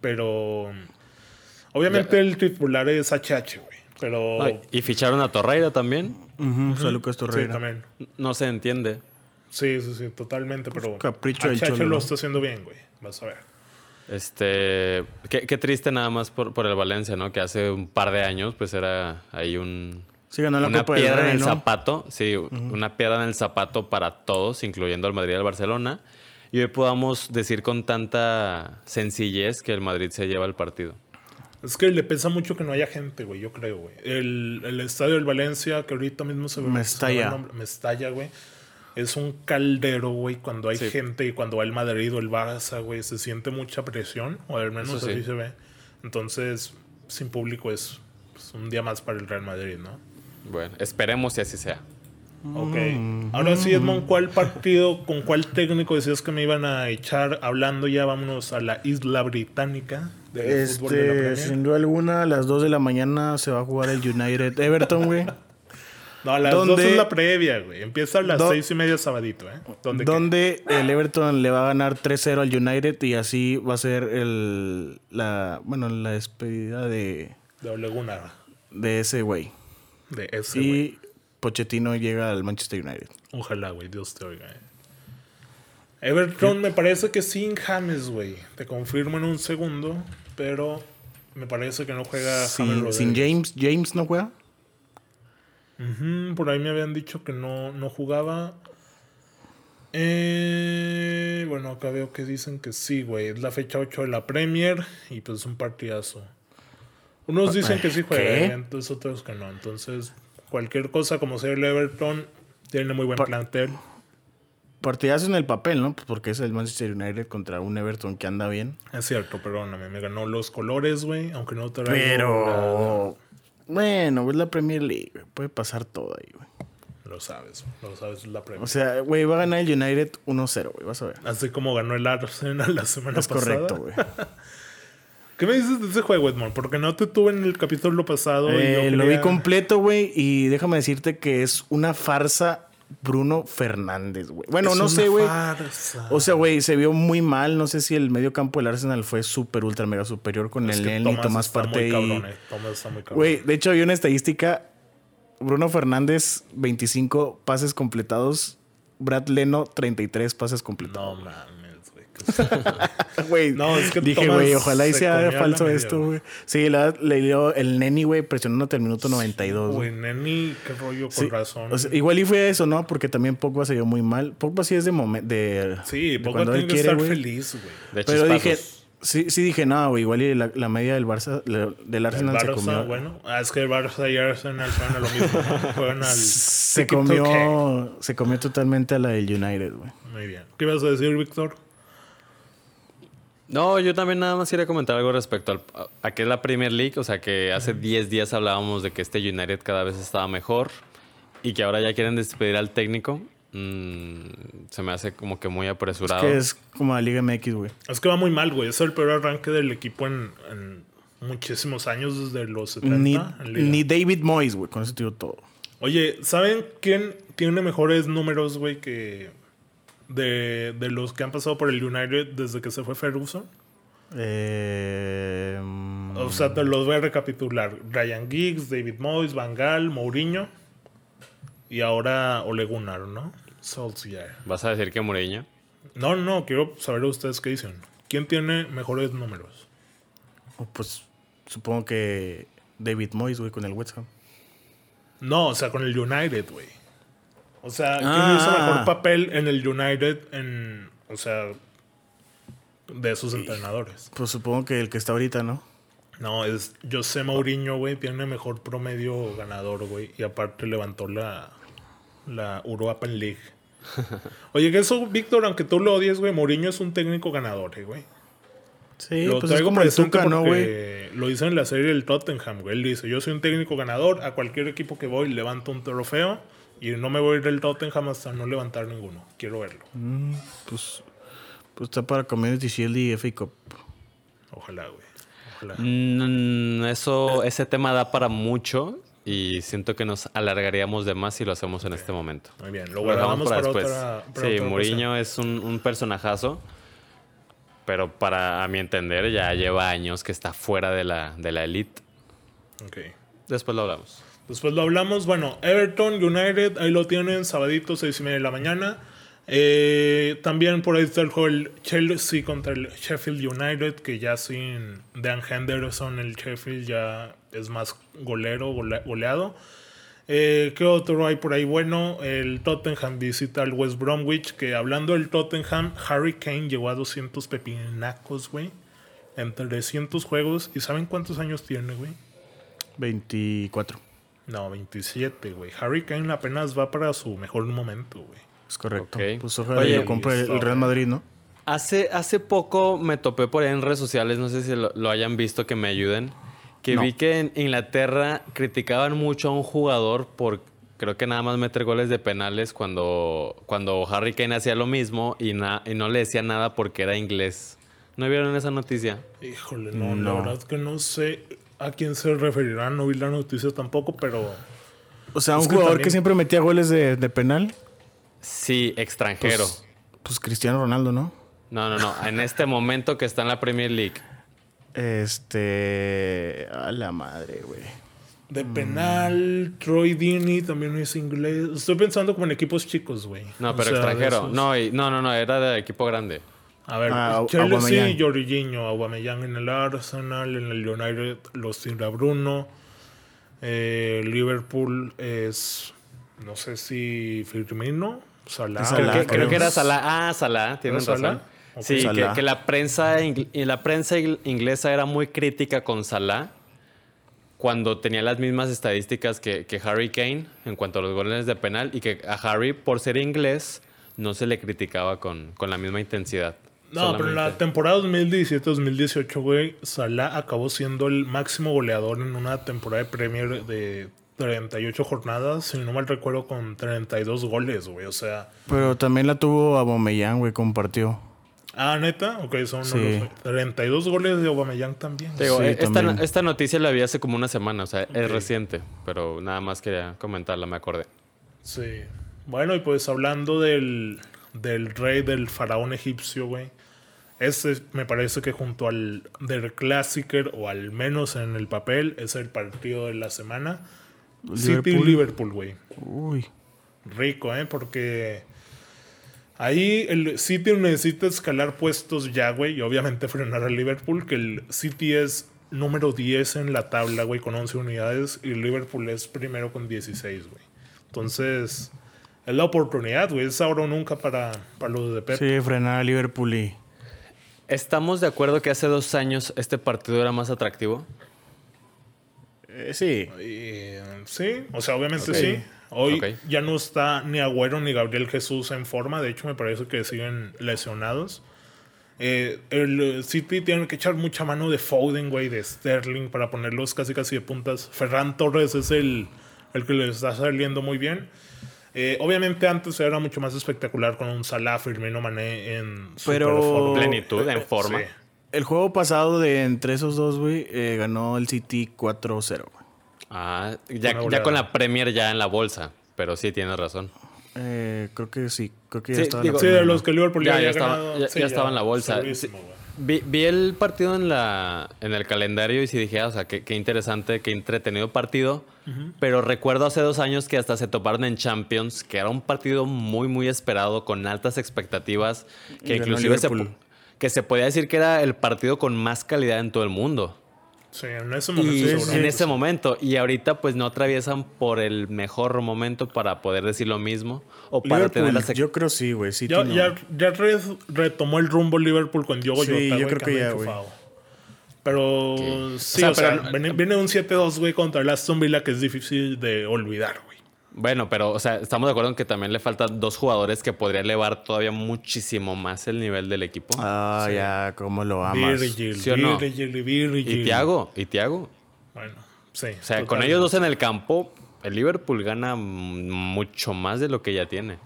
A: Pero. Obviamente el titular es HH, güey. Pero.
C: Ay, y ficharon a Torreira también.
B: Ujú, o sea, Lucas
A: sí,
B: Torreira.
A: también.
C: No se entiende.
A: Sí, sí, sí, totalmente, pero
B: Pues capricho del
A: HH
B: Cholo,
A: lo
B: ¿no?
A: está haciendo bien, güey. Vas a ver.
C: Este, qué, qué triste nada más por, por el Valencia, ¿no? Que hace un par de años, pues era ahí un,
B: sí, ganó la
C: una
B: Copa del
C: piedra en
B: Rey,
C: el
B: ¿no?
C: zapato. Sí, una piedra en el zapato para todos, incluyendo al Madrid y al Barcelona. Y hoy podamos decir con tanta sencillez que el Madrid se lleva el partido.
A: Es que le pesa mucho que no haya gente, güey, yo creo, güey. El, el estadio del Valencia, que ahorita mismo se me
B: Mestalla.
A: Me estalla, güey. Es un caldero, güey, cuando hay gente y cuando va el Madrid o el Barça, güey, se siente mucha presión, o al menos
C: Eso sí.
A: así se ve. Entonces, sin público es pues, un día más para el Real Madrid, ¿no?
C: Bueno, esperemos que así sea.
A: Ok. Ahora sí, Edmond, ¿cuál partido, con cuál técnico decías que me iban a echar? Hablando ya, vámonos a la isla británica del fútbol de la
B: Este,
A: Premier.
B: sin duda alguna, a las 2 de la mañana se va a jugar el United Everton, güey.
A: No, a las
B: ¿Dónde-
A: dos es la previa, güey. Empieza a las
B: Do-
A: seis y media sabadito, ¿eh? ¿Dónde qué?
B: donde el Everton le va a ganar 3-0 al United y así va a ser el la bueno, la despedida de,
A: De Ole Gunnar,
B: de ese güey.
A: De ese,
B: Y
A: güey.
B: Pochettino llega al Manchester United.
A: Ojalá, güey. Dios te oiga, ¿eh? Everton me parece que sin James, güey. Te confirmo en un segundo, pero me parece que no juega James
B: Sin, sin
A: Rodríguez.
B: James, James no juega.
A: Ujú, por ahí me habían dicho que no, no jugaba. Eh, bueno, acá veo que dicen que sí, güey. Es la fecha 8 de la Premier y pues es un partidazo. Unos dicen que sí juega,
B: Ah,
A: ¿eh?
B: ¿Qué?
A: entonces otros que no. Entonces, cualquier cosa como sea el Everton, tiene muy buen
B: Pa-
A: plantel.
B: Partidazo en el papel, ¿no? Pues Porque es el Manchester United contra un Everton que anda bien.
A: Es cierto, perdóname, me ganó los colores, güey. Aunque no traigo nada,
B: Pero bueno, es la Premier League, güey. puede pasar todo ahí, güey.
A: Lo sabes, lo sabes, la Premier.
B: O sea, güey, va a ganar el United 1-0, güey, vas a ver.
A: Así como ganó el Arsenal la semana
B: Es
A: pasada.
B: correcto, güey.
A: ¿Qué me dices de ese juego, Edmond? Porque no te tuve en el capítulo pasado. y yo
B: Eh, Lo vi
A: quería-
B: completo, güey, y déjame decirte que es una farsa Bruno Fernández, güey. Bueno,
A: Es
B: no
A: una
B: sé, güey.
A: farsa.
B: O sea, güey, se vio muy mal. No sé si el medio campo del Arsenal fue súper, ultra, mega superior con
A: Es
B: el
A: que
B: Nelly y Tomás
A: está muy
B: Partey.
A: cabrón, eh. Tomás está muy cabrón.
B: Güey, de hecho había una estadística. Bruno Fernández, 25 pases completados. Brad Leno, 33 pases completados.
A: No mames, güey. qué sad.
B: Güey,
A: No, es que
B: dije,
A: Tomás
B: güey, ojalá y
A: se
B: sea
A: comió la
B: falso
A: media,
B: esto,
A: güey.
B: güey. Sí, la, verdad, le dio el neni, güey, presionándote al minuto 92. güey.
A: Güey, neni, qué rollo con
B: Sí,
A: razón.
B: o sea, igual y fue eso, ¿no? Porque también Pogba se dio muy mal. Pogba sí es de momento. De,
A: sí,
B: de
A: Boca
B: cuando él
A: tiene que
B: quiere,
A: estar
B: güey.
A: feliz, güey.
C: De
B: Pero dije,
C: chispazos.
B: Sí, sí dije, no, güey, igual y la, la media del Barça, la- del
A: El
B: Arsenal Pues se
A: Barça,
B: comió.
A: bueno, ah, es que el Barça y Arsenal juegan a lo mismo. ¿no? Juegan al.
B: Se
A: tiki-tuki.
B: comió, se comió totalmente a la del United, güey.
A: Muy bien. ¿Qué ibas a decir, Víctor?
C: No, yo también nada más quería comentar algo respecto al, a, a que es la Premier League. O sea, que hace 10 días hablábamos de que este United cada vez estaba mejor y que ahora ya quieren despedir al técnico. Mm, se me hace como que muy
B: Es
A: Ah.
C: apresurado.
B: que es como la Liga MX, güey.
A: Es que va muy mal, güey. Es el peor arranque del equipo en, en muchísimos años, desde los 70.
B: Ni,
A: en Liga.
B: ni David Moyes, güey, con eso te digo todo.
A: Oye, ¿saben quién tiene mejores números, güey, que de, de los que han pasado por el United desde que se fue Ferguson?
B: Eh, mm,
A: O sea, te los voy a recapitular. Ryan Giggs, David Moyes, Van Gaal, Mourinho y ahora Ole Gunnar, ¿no? Solskjaer.
C: ¿Vas a decir que Mourinho?
A: No, no, quiero saber ustedes qué dicen. ¿Quién tiene mejores números?
B: pues supongo que David Moyes, güey, con el West Ham.
A: No, o sea, con el United, güey. O sea, ¿quién
B: Ah.
A: hizo mejor papel en el United en, o sea, de sus entrenadores?
B: Pues supongo que el que está ahorita, ¿no?
A: No, es José Mourinho, güey, tiene mejor promedio ganador, güey. Y aparte levantó la, la Europa League. Oye, que eso, Víctor, aunque tú lo odies, güey, Mourinho es un técnico ganador, eh, güey.
B: Sí,
A: lo
B: pues es
A: traigo
B: como el
A: presente
B: Tuca, ¿no, güey?
A: porque Lo hizo en la serie del Tottenham, güey. Él dice, yo soy un técnico ganador, a cualquier equipo que voy levanto un trofeo y no me voy a ir del Tottenham hasta no levantar ninguno. Quiero verlo.
B: Pues, pues está para Community Shield y FA Cup.
A: Ojalá, güey. Ojalá.
C: Mm, eso, ese tema da para mucho y siento que nos alargaríamos de más si lo hacemos en este momento.
A: Muy bien, lo guardamos para, otra. para
C: sí,
A: otra
C: Mourinho es un, un personajazo, pero para a mi entender ya lleva años que está fuera de la, de la elite.
A: ocasión. Ok.
C: Después lo hablamos.
A: Después lo hablamos. Bueno, Everton, United, ahí lo tienen, sabadito, seis y media de la mañana. Eh, también por ahí está el juego del Chelsea contra el Sheffield United, que ya sin Dan Henderson, el Sheffield ya es más golero, gole- goleado. Eh, ¿Qué otro hay por ahí? Bueno, el Tottenham visita al West Bromwich, que hablando del Tottenham, Harry Kane llegó a 200 pepinacos, güey. En 300 juegos. ¿Y saben cuántos años tiene, güey?
B: 24.
A: No, 27, güey. Harry Kane apenas va para su mejor momento, güey.
B: Es correcto.
C: Ok.
B: Pues ojalá
C: Oye,
B: lo compre el- el Real Madrid, ¿no?
C: Hace, hace poco me topé por ahí en redes sociales, no sé si lo, lo hayan visto, que me ayuden, que
B: No.
C: vi que en Inglaterra criticaban mucho a un jugador por, creo que nada más meter goles de penales cuando, cuando Harry Kane hacía lo mismo y, na- y no le decía nada porque era inglés. ¿No vieron esa noticia?
A: Híjole, no,
B: No.
A: la verdad es que no sé a quién se referirá, no vi la noticia tampoco, pero
B: O sea, un
A: Es que
B: jugador que
A: también-
B: siempre metía goles de, de penal.
C: Sí,
B: Pues,
C: extranjero.
B: pues Cristiano Ronaldo, ¿no?
C: No, no, no. En este momento que está en la Premier League.
B: Este. A la madre, güey.
A: de
B: Mm.
A: penal, Troy Dini también es inglés. Estoy pensando como en equipos chicos, güey.
C: No,
A: O
C: pero
A: sea, de
C: extranjero.
A: esos-
C: No, y- no, no, no. Era de equipo grande.
A: A ver, pues,
B: Ah,
A: Chelsea
B: Aubameyang.
A: y Jorginho, Aubameyang en el Arsenal, en el United los tira Bruno, eh, Liverpool es, no sé si Firmino, Salah.
B: Creo
C: Creo,
B: Salah,
C: que, creo que era
B: creo.
C: Salah. Ah, Salah. Tienes
A: ¿Era Salah?
C: razón.
A: Ok.
C: Sí, que-
B: Salah.
C: Que, la prensa ingl- y la prensa ingl- inglesa era muy crítica con Salah cuando tenía las mismas estadísticas que, que Harry Kane en cuanto a los goles de penal y que a Harry, por ser inglés, no se le criticaba con, con la misma intensidad.
A: No, pero en la
C: Solamente.
A: temporada 2017-2018, güey, Salah acabó siendo el máximo goleador en una temporada de Premier de 38 jornadas, si no mal recuerdo, con 32 goles, güey. O sea,
B: Pero también la tuvo a Bomellán, güey, compartió.
A: ah, neta, ok, son
B: Sí.
A: unos 32 goles de Aubameyang también.
C: Te digo,
B: Sí,
C: eh, esta,
B: también.
C: esta noticia la vi hace como una semana, o sea, es reciente, pero nada más quería comentarla, me acordé.
A: Sí. Bueno, y pues hablando del, del rey del faraón egipcio, güey. Ese me parece que junto al del Classicer, o al menos en el papel, es el partido de la semana.
B: Liverpool.
A: City-Liverpool, güey.
B: Uy.
A: Rico, ¿eh? Porque ahí el City necesita escalar puestos ya, güey, y obviamente frenar al Liverpool, que el City es número 10 en la tabla, güey, con 11 unidades, y Liverpool es primero con 16, güey. Entonces, es la oportunidad, güey, es ahora o nunca para, para los de Pep.
B: Sí, frenar a Liverpool y
C: ¿Estamos de acuerdo que hace dos años este partido era más atractivo?
B: Eh, sí.
A: Eh, sí, o sea, obviamente
B: Ok.
A: sí. Hoy
C: Ok.
A: ya no está ni Agüero ni Gabriel Jesús en forma. De hecho, me parece que siguen lesionados. Eh, el eh, City tiene que echar mucha mano de Foden, güey, de Sterling para ponerlos casi casi de puntas. Ferran Torres es el, el que les está saliendo muy bien. Eh, obviamente antes era mucho más espectacular con un Salah Firmino Mané en
B: Pero-
A: superforma.
C: Plenitud, en forma.
A: Sí.
B: El juego pasado de entre esos dos, güey, eh, ganó el City 4-0, güey.
C: Ah, ya,
A: Buena
C: ya con
A: goleada.
C: la Premier ya en la bolsa. Pero sí, tienes razón.
B: Eh, creo que sí. Creo que
C: Sí,
B: ya estaba
C: digo-
A: Sí, de los que Liverpool ya,
C: Ya, ya
A: había
C: estaba-
A: ganado.
C: ya-
A: Sí,
C: ya estaba en la bolsa.
A: segurísimo,
C: Sí.
A: güey.
C: Vi, vi el partido en, la, en el calendario y sí dije, ah, o sea, qué, qué interesante, qué entretenido partido. Pero recuerdo hace dos años que hasta se toparon en Champions, que era un partido muy, muy esperado, con altas expectativas, que
B: Y ganó
C: inclusive se, po-
B: Liverpool.
C: que se podía decir que era el partido con más calidad en todo el mundo.
A: Sí, en ese
C: Y
A: momento. seguramente.
C: en ese momento, y ahorita pues no atraviesan por el mejor momento para poder decir lo mismo o para tener
B: Liverpool,
C: las ex-
B: Yo creo sí, güey. City
A: Ya,
B: no.
A: ya, ya re- retomó el rumbo Liverpool con Diogo
B: Sí,
A: Jota,
B: yo
A: güey,
B: creo que
A: anda
B: ya,
A: enchufado. Pero
C: Ok.
A: sí,
C: O sea,
A: o sea,
C: pero-
A: viene, viene un 7-2, güey, contra el Aston Villa que es difícil de olvidar, güey.
C: Bueno, pero o sea, estamos de acuerdo en que también le faltan dos jugadores que podría elevar todavía muchísimo más el nivel del equipo.
B: Ah, ya, cómo lo amas.
A: Virgil,
C: ¿Sí o no?
A: Virgil, Virgil.
C: y Tiago, y Tiago.
A: Bueno, sí.
C: O sea, con ellos dos en el campo, el Liverpool gana mm, mucho más de lo que ya tiene.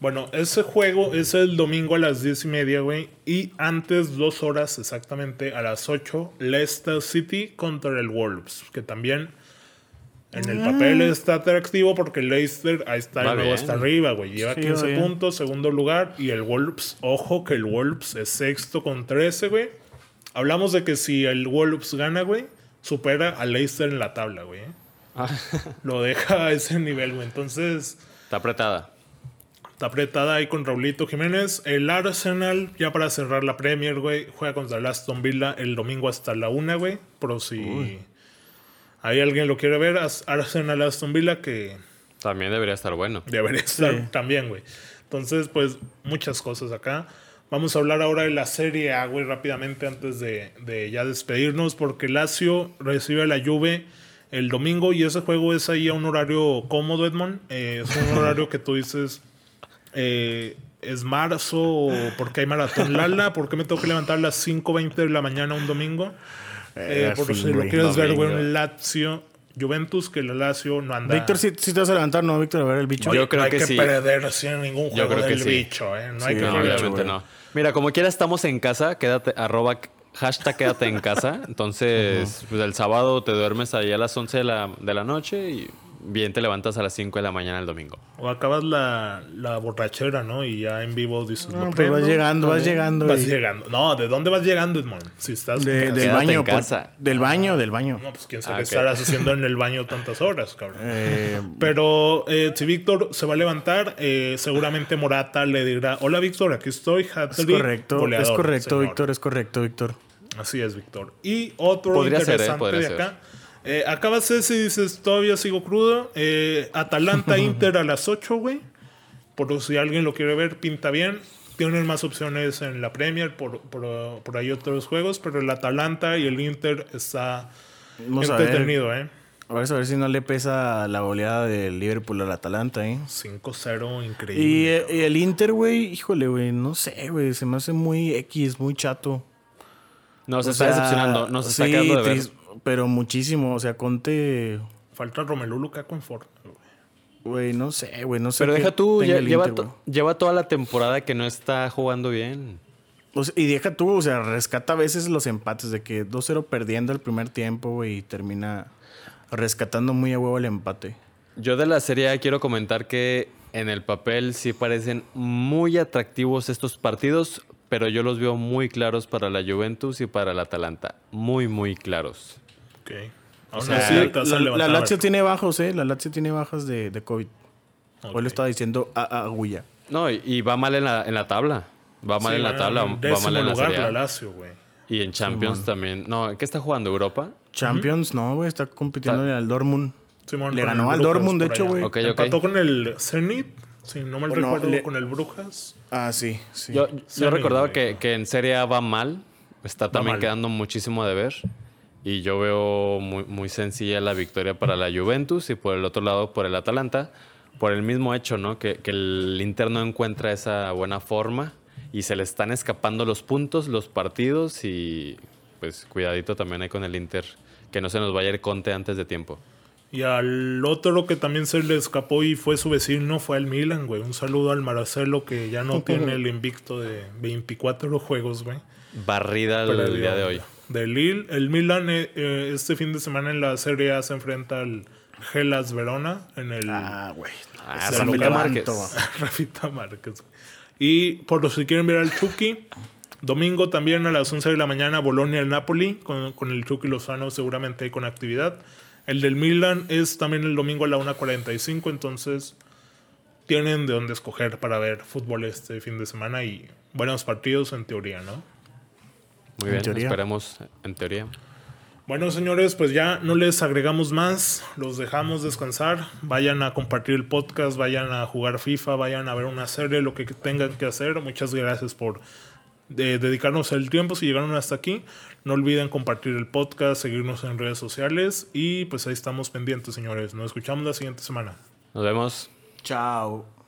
A: Bueno, ese juego es el domingo a las 10 y media, güey. Y antes, dos horas exactamente, a las 8, Leicester City contra el Wolves. Que también en el papel
B: Ah.
A: está atractivo porque Leicester ahí está, de
C: Va
A: nuevo
C: bien.
A: hasta arriba, güey. Lleva
B: Sí, va
A: 15
B: bien.
A: puntos, segundo lugar. Y el Wolves, ojo que el Wolves es sexto con 13, güey. Hablamos de que si el Wolves gana, güey, supera a Leicester en la tabla, güey. ¿eh?
B: Ah.
A: Lo deja a ese nivel, güey. Entonces.
C: Está apretada.
A: Está apretada ahí con Raulito Jiménez. El Arsenal, ya para cerrar la Premier, güey, juega contra el Aston Villa el domingo hasta la una, güey. Pero si hay alguien lo quiere ver, As- Arsenal Aston Villa, que
C: También debería estar bueno.
A: debería estar también, güey. Entonces, pues, muchas cosas acá. Vamos a hablar ahora de la Serie A, güey, rápidamente antes de, de ya despedirnos, porque Lazio recibe a la Juve el domingo y ese juego es ahí a un horario cómodo, Edmond. Eh, es un horario que tú dices, eh, es marzo o porque hay maratón Lala, ¿por qué me tengo que levantar a las 5.20 de la mañana un domingo? Eh,
B: Eh,
A: por
B: fin,
A: si lo
B: güey,
A: quieres ver, güey,
C: domingo.
A: un Lazio, Juventus, que el Lazio no anda.
B: Víctor, si te vas a levantar, ¿no, Víctor? A ver el bicho.
C: Yo
A: Oye,
C: creo
A: no hay
C: que
A: que,
C: sí.
A: perder así en ningún juego
C: creo que
A: del
C: sí.
A: bicho, ¿eh? No hay
B: Sí,
A: que
C: No,
B: Qué
A: perder.
B: gacho,
C: obviamente
B: güey.
C: no. Mira, como quiera estamos en casa, quédate, arroba, hashtag quédate en casa. Entonces, pues, el sábado te duermes ahí a las 11 de la, de la noche y bien te levantas a las 5 de la mañana el domingo.
A: O acabas la, la borrachera, ¿no? Y ya en vivo dices,
B: No,
A: "Lo
B: pues vas
A: prendo".
B: llegando, vas llegando.
A: Vas
B: güey.
A: llegando. No, ¿de dónde vas llegando, Edmond? Si estás.
B: De-
A: en
B: del
A: casa.
C: Quédate
B: baño,
C: en
B: por-
C: casa.
B: del baño, del baño.
A: No, pues quién
C: Ah,
A: sabe
C: ok.
A: qué estarás haciendo en el baño tantas horas, cabrón.
B: Eh,
A: Pero eh, si Víctor se va a levantar, eh, seguramente Morata le dirá: Hola, Víctor, aquí estoy.
B: es
A: hat-trick,
B: correcto, es
A: goleador,
B: correcto,
A: señor".
B: Víctor, es correcto, Víctor.
A: Así es, Víctor. Y otro
C: Podría ser, ¿eh?
A: interesante
C: Podría
A: de
C: ser.
A: acá. Eh, acá va a ser si dices, todavía sigo crudo. eh, Atalanta Inter a las 8, güey. Por si alguien lo quiere ver, pinta bien. Tienen más opciones en la Premier, por, por, por ahí otros juegos, pero el Atalanta y el Inter está
B: Vamos a ver,
A: entretenido, ¿eh?
B: a ver, a ver si no le pesa la goleada del Liverpool al Atalanta, ¿eh?
A: 5-0,
B: Y,
A: increíble.
B: eh, y el Inter, güey, híjole, güey, no sé, güey, se me hace muy X, muy chato.
C: Nos
B: O
C: está
B: sea,
C: decepcionando, nos está
B: sí,
C: quedando de ver.
B: tris- Pero muchísimo, o sea, Conte,
A: Falta Romelu Lukaku en forma, güey.
B: güey, no sé, güey, no sé.
C: Pero
B: qué
C: deja tú,
B: tenga
C: lle-
B: el
C: lleva,
B: Inter,
C: to-
B: güey.
C: lleva toda la temporada que no está jugando bien.
B: O sea, y deja tú, o sea, rescata a veces los empates de que 2-0 perdiendo el primer tiempo, güey, y termina rescatando muy a huevo el empate.
C: Yo de la serie A quiero comentar que en el papel sí parecen muy atractivos estos partidos, pero yo los veo muy claros para la Juventus y para la Atalanta. Muy, muy claros.
A: Ok. Aún
B: O sea,
A: así, te vas a
B: la, la
A: levantar,
B: Lazio
A: Roberto.
B: tiene bajos, ¿eh? La Lazio tiene bajas de, de COVID. Hoy
A: Ok.
B: lo estaba diciendo a, a Agulla.
C: No, y, y va mal en la, en la tabla. Va mal
A: Sí,
C: en la
A: va
C: tabla, va
A: décimo
C: mal en la
A: lugar,
C: serie A.
A: la Lazio, güey.
C: Y en Champions también. No, ¿qué está jugando? ¿Europa?
B: Champions, no, güey, está compitiendo
C: Está-
B: en el Dortmund.
A: Simón,
B: Le
A: con
B: ganó
A: el
B: al
A: Brujas
B: Dortmund, de
A: por
B: hecho,
A: allá.
B: güey.
C: Ok, ok.
A: Empató con el Zenit Sí, no mal
B: O no,
A: recuerdo
B: le-
A: con el Brujas.
B: Ah, sí, sí.
C: Yo,
A: Sí,
C: yo
A: amigo,
C: recordaba
A: amigo.
C: que, que en Serie A va mal. Está también
A: mal.
C: quedando muchísimo de ver. Y yo veo muy, muy sencilla la victoria para la Juventus y por el otro lado por el Atalanta. Por el mismo hecho, ¿no? Que, que el Inter no encuentra esa buena forma y se le están escapando los puntos, los partidos y pues cuidadito también ahí con el Inter. Que no se nos vaya el conte antes de tiempo.
A: Y al otro que también se le escapó y fue su vecino fue el Milan, güey. Un saludo al Marcelo que ya no tiene el invicto de 24 juegos, güey.
C: Barrida el,
A: Pero
C: día
A: digo,
C: de hoy.
A: De Lille. El Milan eh, eh, este fin de semana en la Serie A se enfrenta al Gelas Verona en el
B: Ah, güey.
C: Ah,
B: Se
C: Rafael
B: lo
C: Márquez.
B: levanto.
A: Rafita Márquez. güey. Y por los que quieren ver al Chucky, domingo también a las 11 de la mañana, Bolonia el Napoli, con, con el Chucky Lozano seguramente con actividad. El del Milan es también el domingo a la 1.45, entonces tienen de dónde escoger para ver fútbol este fin de semana y buenos partidos en teoría, ¿no?
C: Muy
B: En
C: bien,
B: teoría.
C: esperemos en teoría.
A: Bueno, señores, pues ya no les agregamos más, los dejamos descansar, vayan a compartir el podcast, vayan a jugar FIFA, vayan a ver una serie, lo que tengan que hacer. Muchas gracias por eh, dedicarnos el tiempo si llegaron hasta aquí. No olviden compartir el podcast, seguirnos en redes sociales y pues ahí estamos pendientes, señores. Nos escuchamos la siguiente semana.
C: Nos vemos.
B: Chao.